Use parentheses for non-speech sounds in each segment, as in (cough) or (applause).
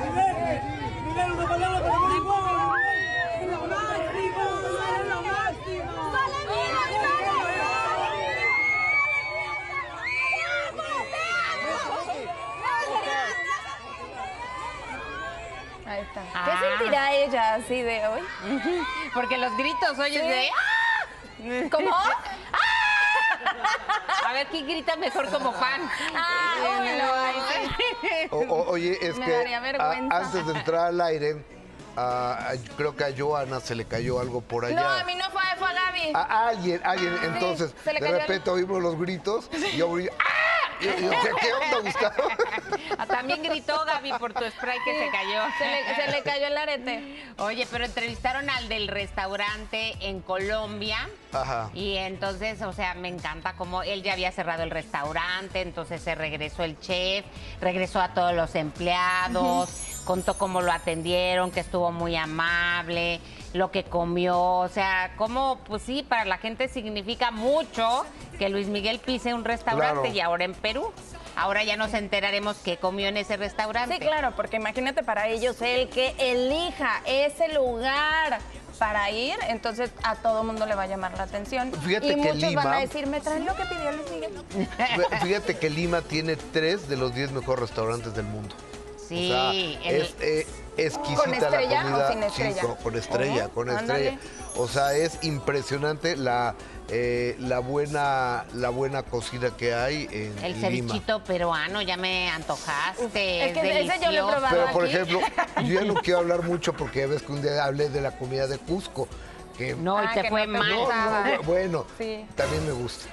Miguel, una palabra para Miguel Hidalgo, Miguel. ¡Es lo máximo! ¡Es lo máximo! Ahí está. ¿Qué Ah. sentirá ella así de hoy? Porque los gritos, oye, de... "Ah", "Oh, ¿Cómo? A ver, ¿quién grita mejor como fan? Ah, bueno, ahí sí. (laughs) O- o- (laughs) oye, es Me que daría a- vergüenza. antes de entrar al aire, a- a- creo que a Joana se le cayó algo por allá. No, a mí no fue, fue a Gaby. A alguien, alguien, Ah, entonces, se le de cayó el- repente oímos los gritos y yo, ¡Ah! Y yo, ¿qué, qué onda, Gustavo? (laughs) Ah, También gritó Gaby por tu spray que se cayó. Se le, se le cayó el arete. Oye, pero entrevistaron al del restaurante en Colombia. Ajá. Y entonces, o sea, me encanta como él ya había cerrado el restaurante, entonces se regresó el chef, regresó a todos los empleados, contó cómo lo atendieron, que estuvo muy amable, lo que comió, o sea, como, pues sí, para la gente significa mucho que Luis Miguel pise un restaurante Claro. y ahora en Perú. Ahora ya nos enteraremos qué comió en ese restaurante. Sí, claro, porque imagínate para ellos el que elija ese lugar para ir, entonces a todo mundo le va a llamar la atención. Fíjate y que muchos van Lima- a decir, ¿me traen lo que pidió Luis Miguel? Fíjate que Lima tiene tres de los diez mejores restaurantes del mundo. Sí, o sea, el- es eh, exquisita ¿Con la estrella comida. o sin estrella? Sí, con, con estrella, Oh, con ándale. estrella. O sea, es impresionante la, eh, la, buena, la buena cocina que hay en El Lima. cevichito peruano, ya me antojaste. es que ese yo lo he delicioso. probado. Pero, por aquí. ejemplo, yo (laughs) ya no quiero hablar mucho porque ves que un día hablé de la comida de Cusco. Que No, y Ah, te que fue no te mal. No, no, bueno, Sí. también me gusta.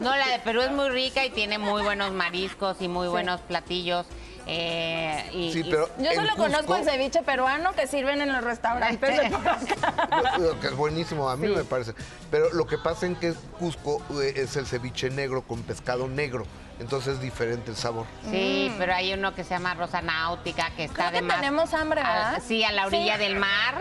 No, la de Perú es muy rica y tiene muy buenos mariscos y muy buenos platillos. eh, y- Sí, y- pero Yo en solo Cusco- conozco el ceviche peruano que sirven en los restaurantes de por (laughs) acá. Lo que es buenísimo, a mí me parece. Pero lo que pasa en que Cusco eh, es el ceviche negro con pescado negro. Entonces es diferente el sabor. sí, pero hay uno que se llama Rosa Náutica, que está Mm. Creo que de más- tenemos hambre, a- ¿verdad? sí, a la orilla Sí. del mar.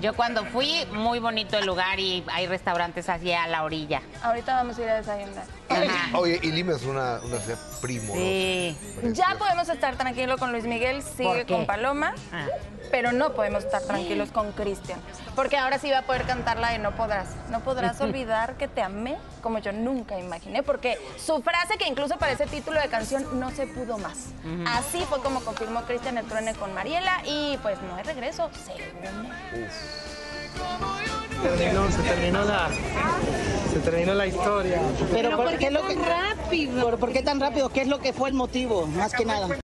Yo cuando fui, muy bonito el lugar y hay restaurantes así a la orilla. Ahorita vamos a ir a desayunar. Ajá. Oye, y Lima es una, una ciudad primorosa. Sí. preciosa. Ya podemos estar tranquilos con Luis Miguel, ¿Por sigue qué? con Paloma, Ah. pero no podemos estar tranquilos con Cristian. Porque ahora sí va a poder cantar la de No podrás. No podrás olvidar que te amé como yo nunca imaginé. Porque su frase, que incluso para ese título de canción, no se pudo más. Así fue como confirmó Cristian el truene con Mariela y pues no hay regreso, según él. terminó, se terminó la, se terminó la historia. Pero, ¿por, qué, lo que, rápido? ¿Por qué tan rápido? ¿Qué es lo que fue el motivo? Más que nada.